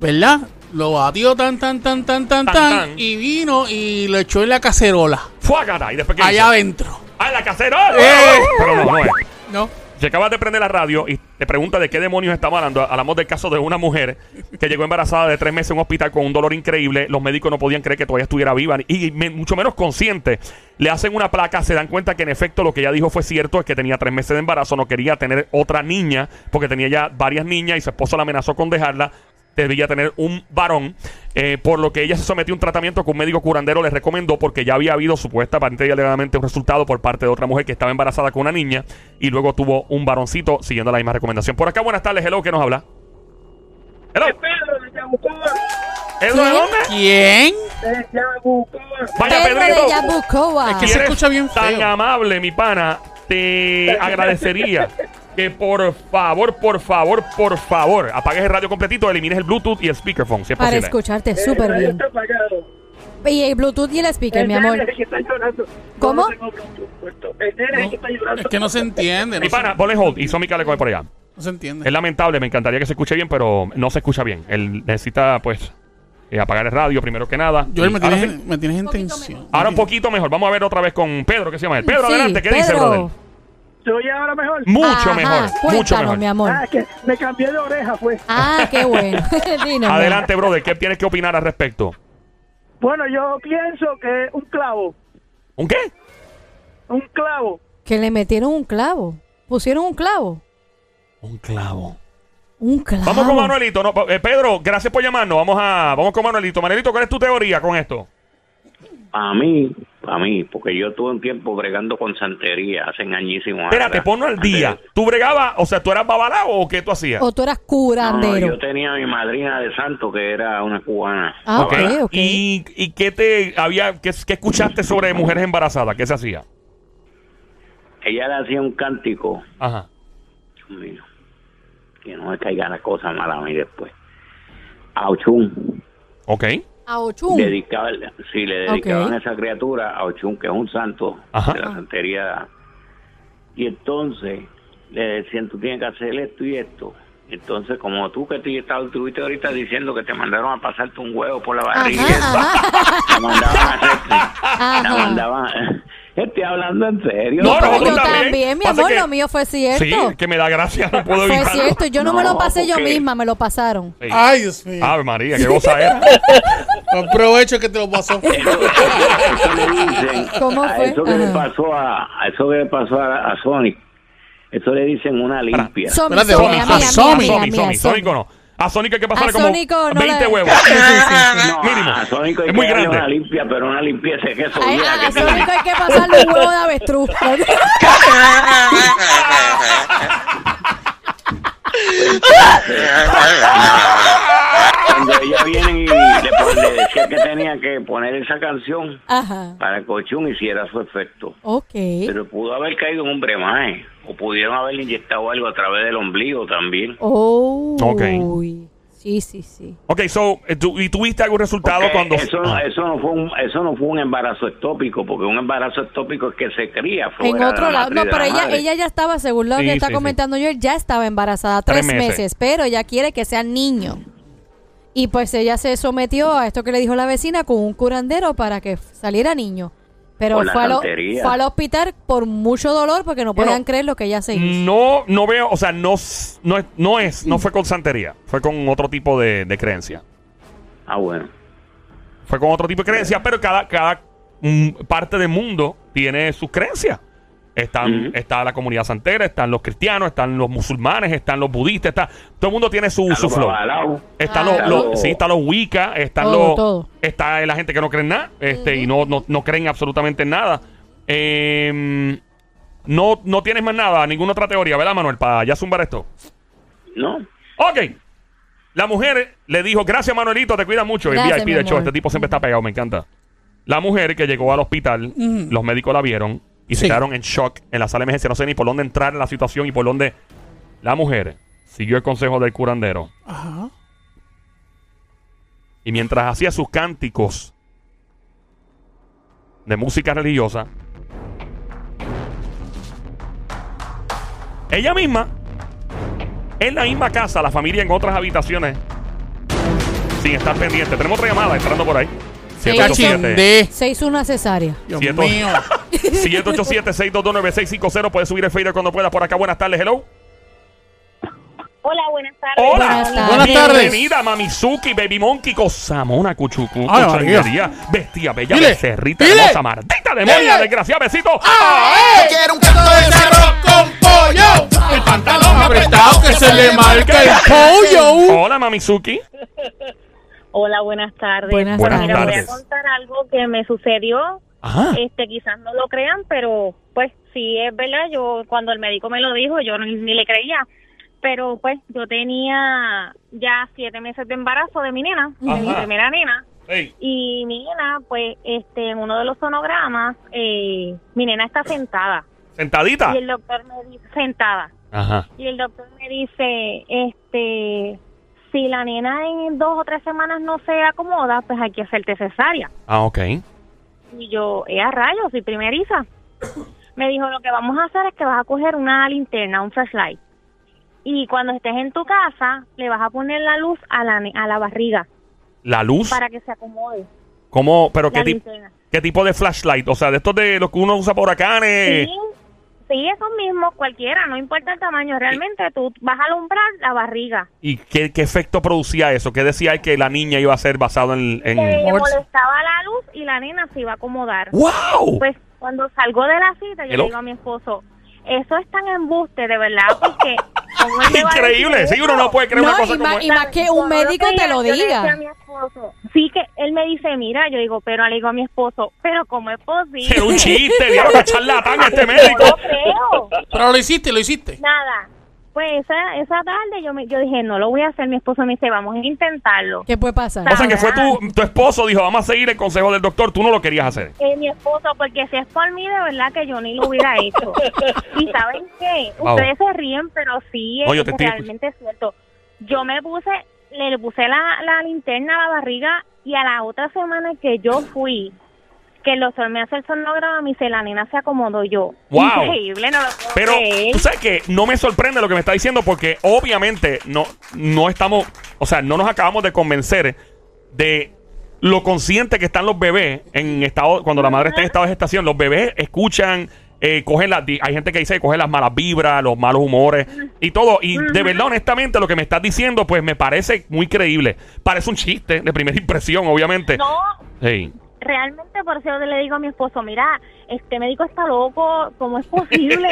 D: ¿verdad? Lo batió tan, tan, tan, tan, tan,
B: Tan,
D: tan,
B: tan.
D: y vino y lo echó en la cacerola,
B: Fuácata. Y después que.
D: allá adentro,
B: ¡Ah, la cacerola!
D: ¡Eh!
B: Pero no, no es.
D: ¿no?
B: Si acabas de prender la radio y te pregunta de qué demonios estamos hablando, hablamos del caso de una mujer que llegó embarazada de tres meses a un hospital con un dolor increíble. Los médicos no podían creer que todavía estuviera viva y me- mucho menos consciente. Le hacen una placa, se dan cuenta que en efecto lo que ella dijo fue cierto, es que tenía tres meses de embarazo, no quería tener otra niña porque tenía ya varias niñas y su esposo la amenazó con dejarla. Debía tener un varón, eh, por lo que ella se sometió a un tratamiento que un médico curandero le recomendó porque ya había habido supuestamente y alegadamente un resultado por parte de otra mujer que estaba embarazada con una niña y luego tuvo un varoncito siguiendo la misma recomendación. Por acá, buenas tardes, hello, ¿qué nos habla? Hello,
E: Pedro de Yabucoa,
B: ¿Hello de dónde?
D: ¿Quién?
E: de Yabucoa.
B: Vaya
C: Pedro
B: Pedrito.
C: de Yabucoa.
D: Es que
B: Si
D: se
B: eres
D: escucha bien
B: Tan
D: feo.
B: amable, mi pana. Te agradecería que por favor, por favor, por favor, apagues el radio completito, elimines el Bluetooth y el speakerphone, si es
C: Para
B: posible.
C: escucharte súper
E: radio
C: bien.
E: está apagado.
C: Y el Bluetooth y el speaker, mi
E: El
C: amor.
E: nene que está llorando. No,
C: ¿Cómo?
E: no tengo Bluetooth puesto. El nene que está llorando.
D: Es que no se entiende, no
B: Mi
D: se,
B: pana, ponle hold y Somica le coge por allá.
D: no se entiende.
B: Es lamentable, me encantaría que se escuche bien, pero no se escucha bien. Él necesita, pues, eh, apagar el radio primero que nada.
D: Joel,
B: Y
D: me
B: ahora
D: tienes,
B: sí.
D: me tienes en
C: Poquito
D: tensión.
B: Ahora un poquito mejor. Vamos a ver otra vez con Pedro, que se llama él. Pedro,
C: Sí,
B: adelante, ¿qué dice,
C: Pedro?
B: brother?
E: ¿Se oye ahora mejor?
B: Mucho
C: Ajá,
B: mejor, mucho
C: cuéntanos,
B: mejor.
C: mi amor.
E: Ah, que me cambié de oreja, pues. fue.
C: Ah, qué bueno. Dinos, mi
B: Adelante, brother, ¿qué tienes que opinar al respecto?
E: Bueno, yo pienso que es un clavo.
B: ¿Un qué?
E: Un clavo.
C: amor. Que le metieron un clavo. Pusieron un clavo.
B: Un clavo.
C: Un clavo.
B: Vamos con Manuelito. No, eh, Pedro, gracias por llamarnos. Vamos a, vamos con Manuelito. Manuelito, ¿cuál es tu teoría con esto?
E: A mí, a mí, porque yo tuve un tiempo bregando con santería hace añísimos años.
B: Espérate, ponlo al día. ¿Tú bregabas, o sea, tú eras babalao o qué tú hacías?
C: O tú eras
E: No,
C: curandero.
E: yo tenía a mi madrina de santo que era una cubana.
C: Ah, ok,
B: Ok.
C: ok.
B: ¿Y, y qué te había, qué, qué escuchaste sobre mujeres embarazadas? ¿Qué se hacía?
E: Ella le hacía un cántico,
B: Ajá.
E: Dios mío, que no me caiga la cosa mala a mí después. A Ochun,
B: Ok.
C: A Ochun.
E: dedicaba, sí, le dedicaban
C: Ok.
E: a esa criatura, a Ochun, que es un santo
B: Ajá.
E: de la santería. Y entonces le decían, tú tienes que hacer esto y esto. Entonces, como tú que tú estás- estuviste ahorita diciendo que te mandaron a pasarte un huevo por la barriga, te mandaban a hacer- este,
C: Ajá.
E: te mandaban- Estoy hablando en serio.
B: No,
C: Pero
B: nosotros
C: yo
B: también.
C: también, mi
B: Pasa
C: amor,
B: que-
C: lo mío fue cierto.
B: Sí, que me da gracia, no puedo
C: fue
B: evitarlo.
C: cierto. Ah. Yo no,
E: No,
C: me lo pasé yo
E: porque-
C: misma, me lo pasaron.
B: Sí.
D: Ay, Dios mío.
B: Ave María, qué goza era.
D: Buen provecho que te lo pasó.
E: Eso le dicen
C: ¿Cómo
E: a
C: fue?
E: Eso que le
C: Ajá.
E: pasó a, a eso que le pasó a, a Sonic. Eso le dicen una limpia.
C: Somi,
D: Espérate,
C: Somi,
D: Somi,
C: amiga,
D: ah,
C: mía,
D: Somi,
C: amiga,
B: Sónico,
C: mía,
B: Sónico,
C: Somi.
B: Sónico no. A Sónico hay que pasarle
C: A
B: como
C: Sónico no
B: 20
C: le-
B: huevos.
E: No,
B: Mínimo.
E: a Sonic hay
B: Es
E: que
B: muy
E: darle
B: grande.
E: una limpia, pero una limpieza que eso
C: Ay,
E: hubiera
C: a
E: que
C: la
E: tener.
C: Sónico hay que pasarle un huevo de avestruz.
E: Cuando ella viene y le, pon- le decía que tenía que poner esa canción
C: Ajá.
E: para que Ochun hiciera su efecto.
C: Ok.
E: Pero pudo haber caído un hombre más, eh, o pudieron haber inyectado algo a través del ombligo también.
C: Oh.
B: Ok.
C: Sí, sí, sí.
B: Ok, so, eh, tú- ¿y tuviste algún resultado
E: Porque
B: cuando...
E: eso,
B: Ah.
E: eso no fue un eso no fue un embarazo estópico porque un embarazo estópico es que se cría fuera
C: En
E: de la
C: otro lado.
E: matriz
C: No,
E: de
C: pero
E: la
C: ella,
E: madre.
C: ella ya estaba, según lo
B: Sí,
C: que está
B: sí, sí.
C: comentando yo, ya estaba embarazada tres,
B: Tres meses.
C: meses. pero ella quiere que sea niño. Y pues ella se sometió a esto que le dijo la vecina con un curandero para que saliera niño. Pero
E: Por la
C: fue, a lo-
E: santería.
C: fue al hospital por mucho dolor porque no
B: Bueno,
C: podían creer lo que ella se hizo.
B: No, no veo, o sea, no, s- no, es- no es, no fue con santería, fue con otro tipo de, de creencia.
E: ah bueno
B: Fue con otro tipo de creencia, pero cada, cada mm, parte del mundo tiene sus creencias. Están,
E: Ujú.
B: Está la comunidad santera, están los cristianos, están los musulmanes, están los budistas, está, todo el mundo tiene su,
E: Está
B: su
E: lo
B: flow.
E: babalao.
B: Están
C: Ah.
B: los,
E: Está
B: los-
E: lo-
B: sí, están los Wicca, están
C: Todo,
B: los.
C: todo.
B: Está la gente que no cree en nada este, y no, no, no creen absolutamente en nada. Eh, no, no tienes más nada, ninguna otra teoría, ¿verdad, Manuel? Para ya zumbar esto.
E: no
B: Ok. La mujer le dijo, gracias Manuelito, te cuida mucho.
C: Gracias,
B: el VIP, de
C: mi
B: hecho,
C: amor.
B: este tipo siempre está pegado, me encanta. La mujer que llegó al hospital,
D: Mm.
B: los médicos la vieron y se
D: Sí.
B: quedaron en shock en la sala de emergencia. No sé ni por dónde entrar en la situación y por dónde... La mujer siguió el consejo del curandero.
D: Ajá.
B: Y mientras hacía sus cánticos de música religiosa, ella misma en la misma casa, la familia en otras habitaciones, sin estar pendiente. Tenemos otra llamada entrando por ahí.
C: Sí,
B: 787
D: Cachindé.
C: Se hizo una cesárea.
D: Dios
B: Siento-
D: mío.
B: 787-622-9650. Puedes subir el fader cuando puedas por acá. Buenas tardes, hello.
F: Hola, buenas tardes.
B: Hola.
D: Buenas tardes.
B: Bienvenida, Mamizuki, Baby Monkey, Cosamona, Cuchucu,
D: Ay,
B: Cochanguería, Bestia Bella,
D: Dile,
B: Becerrita,
D: dile.
B: Hermosa, Mardita, Demonia,
D: Dile. Ah.
B: Desgraciada, Besito.
D: ¡Eh!
G: Quiero un canto de Ah, pues, cerro con pollo. El pantalón
D: apretado que se le marque el pollo.
B: Hola, Mamizuki.
F: Hola, buenas tardes.
C: Buenas
F: Pues
B: tardes.
F: mira, voy a contar algo que me sucedió.
B: Ajá.
F: Este, quizás no lo crean, pero pues sí es verdad. Yo cuando el médico me lo dijo, yo ni, ni le creía. Pero pues yo tenía ya siete meses de embarazo de mi nena, de mi
B: Ajá.
F: primera nena.
B: Ey.
F: Y mi nena, pues, este, en uno de los sonogramas, eh, mi nena está sentada.
B: Sentadita.
F: Y el doctor me dice, sentada.
B: Ajá.
F: Y el doctor me dice, este, si la nena en dos o tres semanas no se acomoda, pues hay que hacerte cesárea.
B: Ah, ok.
F: Y yo, eh, a rayos, y primeriza. Me dijo, lo que vamos a hacer es que vas a coger una linterna, un flashlight. Y cuando estés en tu casa, le vas a poner la luz a la, ne- a la barriga
B: La luz.
F: para que se acomode
B: ¿Cómo? ¿Pero
F: la
B: qué, tip-
F: linterna.
B: qué tipo de flashlight? O sea, de estos de los que uno usa por acá.
F: Sí, sí, eso mismo, cualquiera, no importa el tamaño. Realmente tú vas a alumbrar la barriga.
B: ¿Y qué, qué efecto producía eso? ¿Qué decía que la niña iba a ser basado en...? en-
F: Le
D: Morse.
F: molestaba la luz y la nena se iba a acomodar.
B: ¡Wow!
F: Pues cuando salgo de la cita, yo
B: Hello.
F: le digo a mi esposo, eso es tan embuste, de verdad, porque... ¿cómo él me va a decir
B: Increíble.
F: eso?
B: Sí, uno no puede creer
C: No,
B: una cosa
C: y más,
B: como...
C: y más que un
F: Yo no
C: médico te
F: creía,
C: lo
F: yo le decía a
C: diga.
F: mi esposo. Sí, que él me dice, mira, yo digo, pero le digo a mi esposo, pero ¿cómo es posible?
B: Era un chiste, diablo, que charlatán este médico.
F: No lo creo.
D: Pero lo hiciste, lo hiciste.
F: Nada. Pues esa, esa tarde yo, me, yo dije, no lo voy a hacer. Mi esposo me dice, vamos a intentarlo.
C: ¿Qué puede pasar?
B: O sea que fue tu, tu esposo, dijo, vamos a seguir el consejo del doctor, tú no lo querías hacer.
F: Eh, mi esposo, porque si es por mí, de verdad que yo ni lo hubiera hecho. y ¿saben qué?
B: Wow.
F: Ustedes se ríen, pero sí,
B: No, yo
F: es
B: te estoy
F: realmente es cierto. Yo me puse, le, le puse la, la linterna a la barriga y a la otra semana que yo fui, que el doctor me hace el sonograma, me dice, la nena se acomodó yo.
B: Wow.
F: Increíble, no lo puedo
B: Pero
F: creer.
B: tú sabes que no me sorprende lo que me está diciendo porque obviamente no, no estamos, o sea, no nos acabamos de convencer de lo consciente que están los bebés en estado, cuando la madre está en estado de gestación, los bebés escuchan, eh, cogen las, di- hay gente que dice que coge las malas vibras, los malos humores y todo. Y de verdad, honestamente, lo que me estás diciendo, pues me parece muy creíble. Parece un chiste de primera impresión, obviamente.
F: No,
B: Sí.
F: realmente por eso yo le digo a mi esposo, mira, este médico está loco, ¿cómo es posible?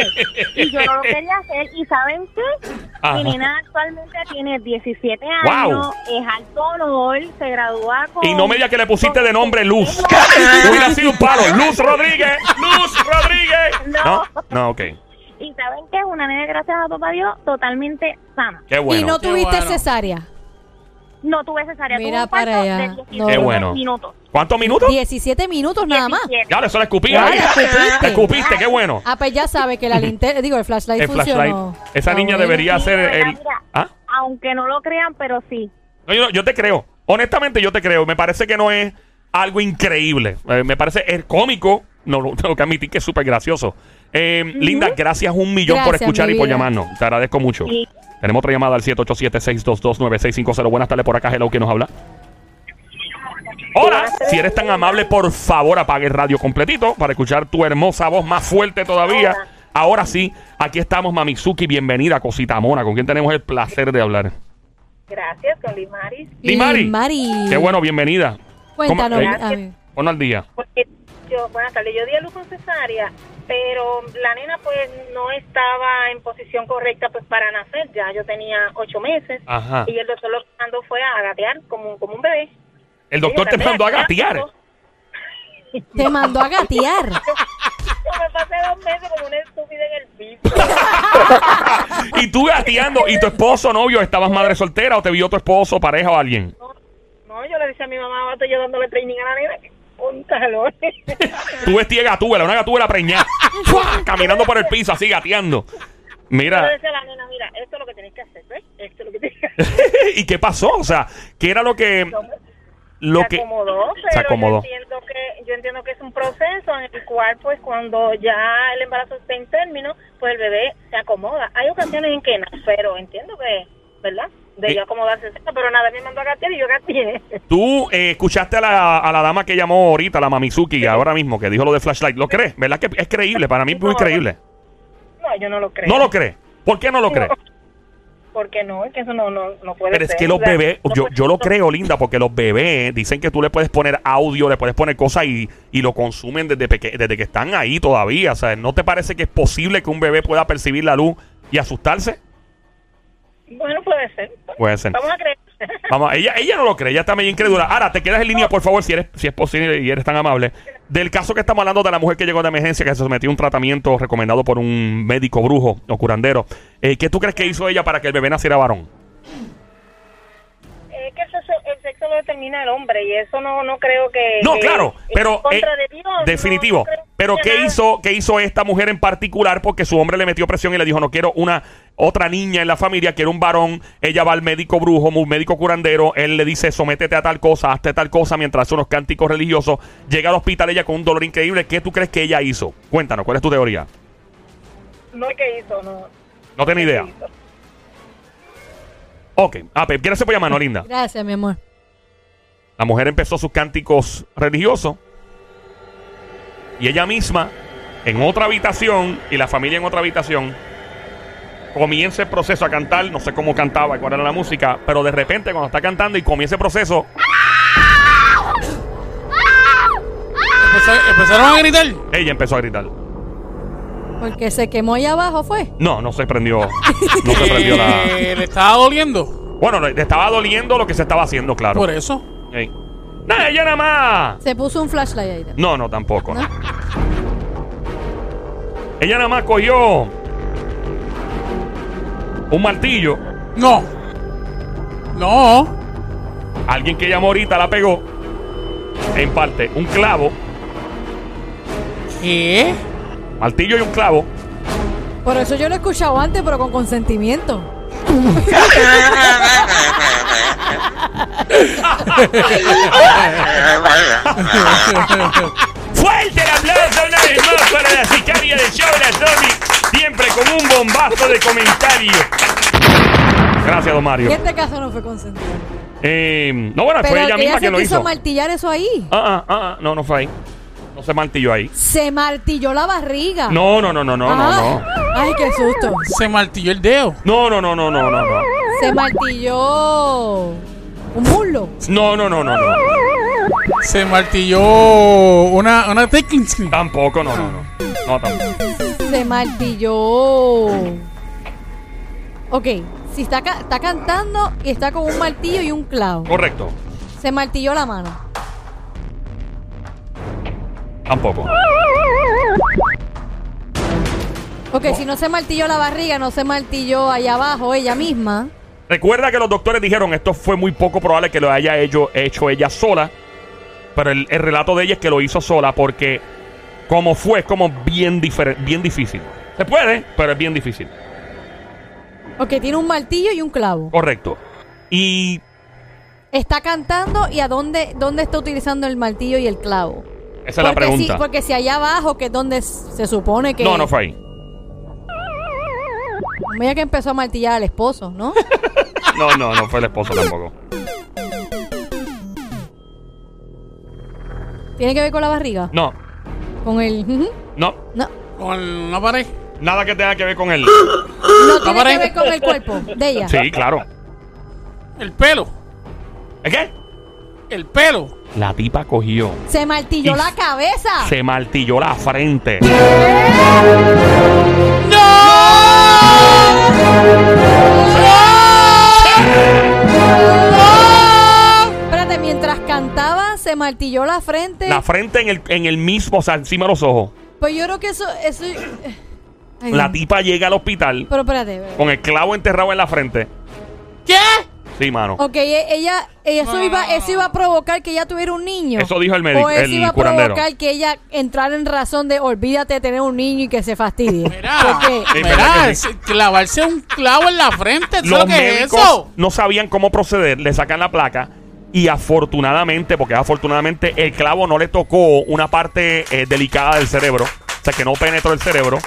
F: y yo no lo quería hacer. ¿Y saben qué?
B: Ajá.
F: Mi nena actualmente tiene 17
B: Wow.
F: años, es alto honor, se gradúa con...
B: Y no me digas que le pusiste
F: con-
B: de nombre Luz. Hubiera sido un palo. Luz Rodríguez. Luz Rodríguez. No.
F: No.
B: No, ok.
F: Y saben qué? Es una nena, gracias a papá Dios, totalmente sana.
B: Qué
C: y
B: bueno.
C: no
D: Qué
C: tuviste
D: bueno.
C: cesárea.
F: No tuve cesárea,
C: Mira
F: tuve un parto
C: para allá.
F: de
C: No.
F: 19
B: Qué bueno.
F: minutos.
B: ¿Cuántos minutos?
C: 17 minutos nada más.
F: 17.
B: Ya, eso la escupí.
C: Ya,
B: ahí.
C: la escupiste.
B: La escupiste, qué bueno.
C: Ah, pues ya sabe que la linterna, digo, el flashlight
B: El flashlight.
C: funcionó.
B: Esa
C: Ah,
B: niña
C: bueno.
B: debería
F: Sí,
B: ser
F: de verdad,
B: el.
F: mira.
B: ¿Ah?
F: Aunque no lo crean, pero sí.
B: No, yo, yo te creo. Honestamente, yo te creo. Me parece que no es algo increíble. Eh, me parece es cómico. No lo tengo que admitir que es súper gracioso. Eh, Linda, gracias un millón por
C: Gracias,
B: escuchar
C: mi
B: y por
C: vida.
B: llamarnos. Te agradezco mucho.
F: Sí.
B: Tenemos otra llamada al 787-622-9650. Buenas tardes por acá, hello, ¿quién nos habla? Hola, si eres tan amable, por favor apague el radio completito para escuchar tu hermosa voz más fuerte todavía.
F: Hola.
B: Ahora sí, aquí estamos, Mamizuki. Bienvenida, Cosita Mona, con quien tenemos el placer de hablar.
F: Gracias, Colimaris.
B: Limari.
C: Limari.
B: Qué bueno, bienvenida.
C: Cuéntanos.
B: ¿Cómo- eh,
C: a ver.
B: ponlo al día.
F: Porque yo, buenas tardes, yo di a luz con cesárea, pero la nena pues no estaba en posición correcta pues para nacer, ya yo tenía ocho meses
B: Ajá.
F: y el doctor lo que mandó fue a gatear como, como un bebé.
B: El doctor te
F: Gatea,
B: mandó a
F: gatea,
B: gatear.
F: gatea.
C: Te mandó a gatear.
F: Yo me pasé dos meses como una estúpida en el piso.
B: y tú gateando. ¿Y tu esposo, novio, estabas madre soltera o te vio tu esposo, pareja o alguien?
F: No, No, yo le decía a mi mamá, "Va, estoy yo dándole training a la nena, que un calor.
B: Tú vestías gatúbela, una gatúbela preñada. ¡Fua! Caminando por el piso, así gateando.
F: Yo le
B: Mira,
F: decía a la nena, mira, esto es lo que tienes que hacer, ¿ves? Esto es lo que tienes que hacer.
B: ¿y qué pasó? O sea, ¿qué era lo que. lo
F: se
B: que
F: acomodó, pero
B: se acomodó.
F: Yo, entiendo que, yo entiendo que es un proceso en el cual, pues, cuando ya el embarazo está en término, pues el bebé se acomoda. Hay ocasiones en que no, pero entiendo que, ¿verdad? De
B: Eh.
F: ya acomodarse, pero nada, me mandó a gatear y yo gateé.
B: tú eh, escuchaste a la, a la dama que llamó ahorita, la Mamizuki, ahora mismo, que dijo lo de flashlight. ¿Lo crees? ¿Verdad que es creíble? Para mí es muy
F: No.
B: creíble.
F: No, yo no lo creo.
B: ¿No lo crees? ¿Por qué no lo
F: No.
B: crees?
F: Porque no, es que eso no, no, no puede
B: Pero es
F: ser,
B: que los
F: o sea,
B: bebés,
F: no
B: yo,
F: puede-
B: yo lo
F: no-
B: creo, Linda, porque los bebés dicen que tú le puedes poner audio, le puedes poner cosas y, y lo consumen desde, peque- desde que están ahí todavía. O sea, ¿no te parece que es posible que un bebé pueda percibir la luz y asustarse?
F: Bueno, puede ser.
B: Puede ser.
F: Vamos a creer.
B: Vamos, ella, ella no lo cree, ella está medio incrédula. Ahora, te quedas en línea, por favor, si eres, si es posible y eres tan amable. Del caso que estamos hablando de la mujer que llegó de emergencia, que se sometió a un tratamiento recomendado por un médico brujo o curandero. Eh, ¿Qué tú crees que hizo ella para que el bebé naciera varón?
F: Es que el sexo, el sexo lo determina el hombre y eso no, no creo que...
B: No,
F: que-
B: claro,
F: Eh, en
B: pero
F: contra
B: eh,
F: de Dios, no-
B: definitivo.
F: no creo que
B: pero
F: sea
B: qué
F: nada.
B: hizo, qué hizo esta mujer en particular porque su hombre le metió presión y le dijo no quiero una otra niña en la familia, quiero un varón. Ella va al médico brujo, un médico curandero. Él le dice sométete a tal cosa, hazte tal cosa mientras hace unos cánticos religiosos. Llega al hospital ella con un dolor increíble. ¿Qué tú crees que ella hizo? Cuéntanos, ¿cuál es tu teoría?
F: No, ¿qué hizo? No.
B: No tengo idea. Ok, ah, pues, gracias por llamarnos, linda.
C: Gracias, mi amor.
B: La mujer empezó sus cánticos religiosos y ella misma en otra habitación y la familia en otra habitación comienza el proceso a cantar, no sé cómo cantaba, cuál era la música, pero de repente cuando está cantando y comienza el proceso,
D: Empezar- empezaron a gritar.
B: ella empezó a gritar.
C: Porque se quemó allá abajo, ¿fue?
B: No, no se prendió, no se prendió la...
D: Eh, le estaba doliendo.
B: Bueno, le estaba doliendo lo que se estaba haciendo, claro.
D: Por eso.
B: Ey. No, ella nada más.
C: Se puso un flashlight ahí. también.
B: No, no, tampoco. no.
C: ¿No?
B: Ella nada más cogió un martillo.
D: No. No.
B: Alguien que llamó ahorita la pegó. En parte, un clavo,
D: ¿Qué?
B: martillo y un clavo.
C: Por eso yo lo he escuchado antes, pero con consentimiento.
B: ¡Fuerte el aplauso una vez más para la sicaria de show la Tommy! Siempre con un bombazo de comentario. Gracias, don Mario.
C: Y este caso no fue consentido.
B: Eh, no, bueno,
C: Pero
B: fue ella
C: que
B: misma
C: ella
B: que
C: se
B: lo
C: quiso
B: hizo.
C: martillar eso ahí.
B: Ah, ah, ah, ah, no, no fue ahí. No se martilló ahí.
C: Se martilló la barriga.
B: No, no, no, no, no, no,
C: Ah,
B: no.
C: Ay, qué susto.
D: Se martilló el dedo.
B: No, no, no, no, no, no, no.
C: Se martilló un muslo.
B: No, no, no, no, no.
D: Se martilló una, una tickling screen.
B: Tampoco, no, no, no. No, tampoco.
C: Se martilló. Ok, si está, ca- está cantando y está con un martillo y un clavo.
B: Correcto.
C: Se martilló la mano.
B: Tampoco.
C: Ok, si no se martilló la barriga, no se martilló allá abajo ella misma.
B: Recuerda que los doctores dijeron esto fue muy poco probable que lo haya hecho, hecho ella sola. Pero el, el relato de ella es que lo hizo sola porque como fue es como bien, difer- bien difícil. Se puede, pero es bien difícil.
C: Ok, tiene un martillo y un clavo.
B: Correcto. Y
C: Está cantando y a dónde, dónde está utilizando el martillo y el clavo.
B: esa es la
C: Porque si-
B: pregunta.
C: porque si allá abajo, que es donde s- se supone que.
B: No, no fue ahí.
C: Mira que empezó a martillar al esposo, ¿no?
B: No, no, no fue el esposo tampoco.
C: Tiene que ver con la barriga.
B: No,
C: Con el. ujú,
B: no.
C: No.
D: Con una pared.
B: Nada que tenga que ver con él.
C: No tiene que
D: pareja.
C: ver con el cuerpo de ella.
B: Sí, claro.
D: El pelo.
B: ¿Es qué?
D: El pelo.
B: La tipa cogió.
C: Se martilló
B: Y
C: la cabeza.
B: Se martilló la frente.
C: Espérate, mientras cantaba, se martilló la frente.
B: La frente en el, en el mismo, o sea, encima de los ojos.
C: Pues yo creo que eso. eso... Ay,
B: La
C: Dios.
B: tipa llega al hospital
C: Pero espérate. espérate.
B: con el clavo enterrado en la frente.
D: ¿Qué?
B: Sí, mano.
C: Ok, e- ella, ella- eso,
D: No,
C: iba,
D: no, no,
C: eso iba a provocar que ella tuviera un niño.
B: Eso dijo el médico-
C: O eso
B: el
C: iba a
B: curandero.
C: provocar que ella entrara en razón de olvídate de tener un niño y que se fastidie.
D: Mira,
C: Porque
B: Sí,
D: mira,
B: ¿verdad que
D: es- clavarse un clavo en la frente, ¿tú ¿sabes
B: Los
D: lo que es
B: médicos
D: eso?
B: no sabían cómo proceder, le sacan la placa. Y afortunadamente, porque afortunadamente el clavo no le tocó una parte eh, delicada del cerebro, o sea que no penetró el cerebro,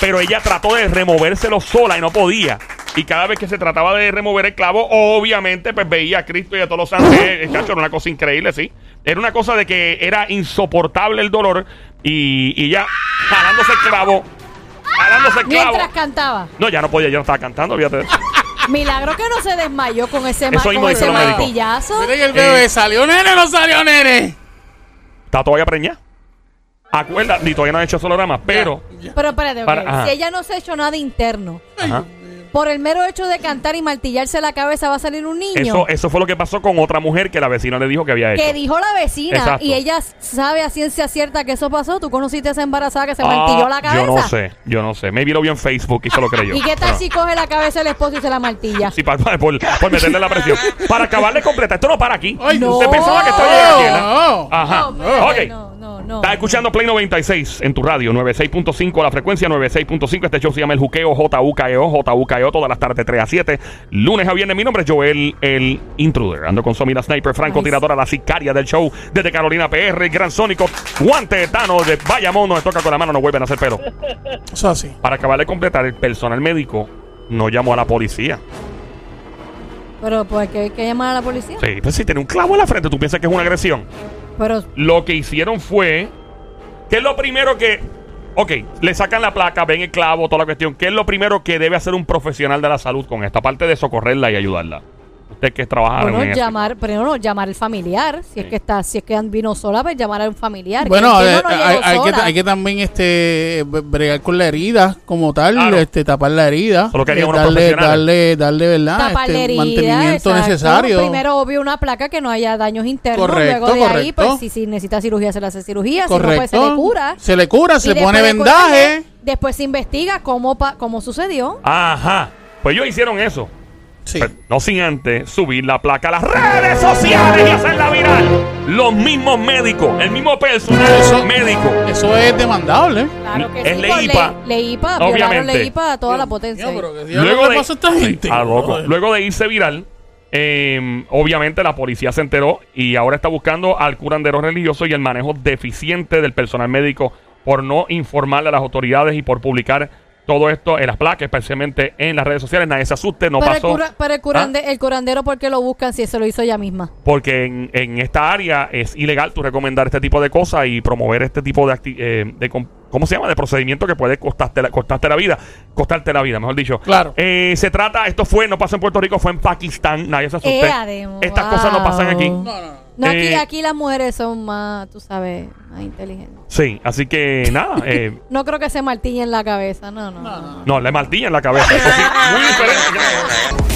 B: pero ella trató de removérselo sola y no podía. Y cada vez que se trataba de remover el clavo, obviamente, pues veía a Cristo y a todos los santos. Eh, chacho, era una cosa increíble, sí. Era una cosa de que era insoportable el dolor y, y ella jalándose el clavo, jalándose el clavo.
C: Mientras cantaba.
B: No, ya no podía, yo no estaba cantando, fíjate. de eso.
C: Milagro que no se desmayó con ese, ma-
B: Eso mismo
C: con
B: dice
C: ese
B: el médico.
C: martillazo.
D: Miren el
B: Eh.
D: bebé, ¿salió nene o no salió nene?
B: Está todavía preñada. Acuerda, ni todavía no han hecho solograma, pero
C: Pero espérate, ok,
B: Para- ajá.
C: si ella no se ha hecho nada interno,
B: ajá,
C: por el mero hecho de cantar y martillarse la cabeza va a salir un niño.
B: eso, eso fue lo que pasó con otra mujer que la vecina le dijo que había hecho.
C: que dijo la vecina
B: Exacto.
C: y ella sabe a ciencia cierta que eso pasó. Tú conociste a esa embarazada que se
B: Ah,
C: martilló la cabeza. Ah,
B: Yo no sé, yo no sé. Maybe lo vio en Facebook y se lo creyó.
C: ¿Y qué tal
B: Bueno.
C: si coge la cabeza el esposo y se la martilla?
B: Sí, pa- pa- por, por meterle la presión. Para acabar de completar. Esto no para aquí.
D: Ay,
C: No.
B: Usted pensaba que esto llega aquí, ¿verdad?
D: No.
B: Ajá.
C: No, espérate,
B: ok.
C: no, no, no.
B: Estás escuchando Play 96 en tu radio, 96.5 la frecuencia, 96.5. Este show se llama El Juqueo, J-U-K-E-O, J-U-K-E-O, E todas las tardes de 3 a 7. Lunes a viernes, mi nombre es Joel, el intruder. Ando con Somi, la sniper, francotiradora, la sicaria del show, desde Carolina PR, Gran Sónico, Guante de Thanos de Bayamón, nos toca con la mano, no vuelven a hacer pero.
D: Eso así.
B: Para acabar de completar, el personal médico no llamó a la policía.
C: Pero pues que hay que llamar a la policía.
B: Sí, pues si tiene un clavo en la frente, tú piensas que es una agresión.
C: Pero
B: Lo que hicieron fue. ¿Qué es lo primero que.? Ok, le sacan la placa, ven el clavo, toda la cuestión. ¿Qué es lo primero que debe hacer un profesional de la salud con esta parte de socorrerla y ayudarla? Usted que trabajaron
C: bueno,
B: en esto.
C: llamar, pero no, llamar al familiar. Si es que está, si es que vino sola, pues llamar a un familiar.
D: Bueno,
C: Que
D: eh,
C: entiendo no
D: hay,
C: llegó
D: hay que,
C: sola.
D: hay que también este bre- bregar con la herida como tal,
B: Claro.
D: este tapar la herida,
B: Solo que harían
D: eh,
B: unos
D: darle,
B: profesionales.
D: darle, darle, verdad,
C: tapar la
D: este,
C: herida,
D: mantenimiento
C: exacto.
D: necesario.
C: Primero, obvio, una placa que no haya daños internos.
D: Correcto,
C: Luego de ahí,
D: correcto.
C: pues si, si necesita cirugía, se le hace cirugía. Si no, pues
D: correcto.
C: se le cura.
D: Se le cura,
C: Y
D: se le
C: después
D: pone
C: de
D: vendaje.
C: curarlo, Después se investiga cómo, pa- cómo sucedió.
B: Ajá. Pues ellos hicieron eso.
D: Sí.
B: Pero no sin antes subir la placa a las redes sociales y hacerla viral. Los mismos médicos, el mismo personal
D: Eso-
B: Pues, médico.
D: Eso es demandable.
C: Claro que
B: Es
C: sí.
B: ley
C: por
B: IPA.
C: ley IPA, violaron
B: Obviamente.
C: ley IPA a toda la potencia.
D: Mío,
C: ahí.
D: pero que diablo le pasa a esta
B: Sí,
D: gente.
B: ah, loco.
D: Joder.
B: Luego de irse viral, eh, obviamente la policía se enteró y ahora está buscando al curandero religioso y el manejo deficiente del personal médico por no informarle a las autoridades y por publicar todo esto en las placas, especialmente en las redes sociales. Nadie se asuste, no
C: pero, el
B: pasó. ¿Ah?
C: cura- pero el, curande- el curandero, ¿por qué lo buscan si se lo hizo ella misma?
B: Porque en, en esta área es ilegal tú recomendar este tipo de cosas y promover este tipo de, acti- eh, de com- ¿cómo se llama? De procedimiento que puede costarte la, costarte la vida. Costarte la vida, mejor dicho.
D: Claro.
B: Eh, se trata, esto fue, no pasó en Puerto Rico, fue en Pakistán. Nadie se asuste.
C: Ea de-
B: Estas
C: wow.
B: cosas no pasan aquí.
D: No, no, no.
C: No, aquí,
B: Eh,
C: aquí las mujeres son más, tú sabes, más inteligentes.
B: Sí, así que nada. eh,
C: No creo que se martillen la cabeza, no, no. no.
B: no, le martilla en la cabeza. Eso sí, muy diferente.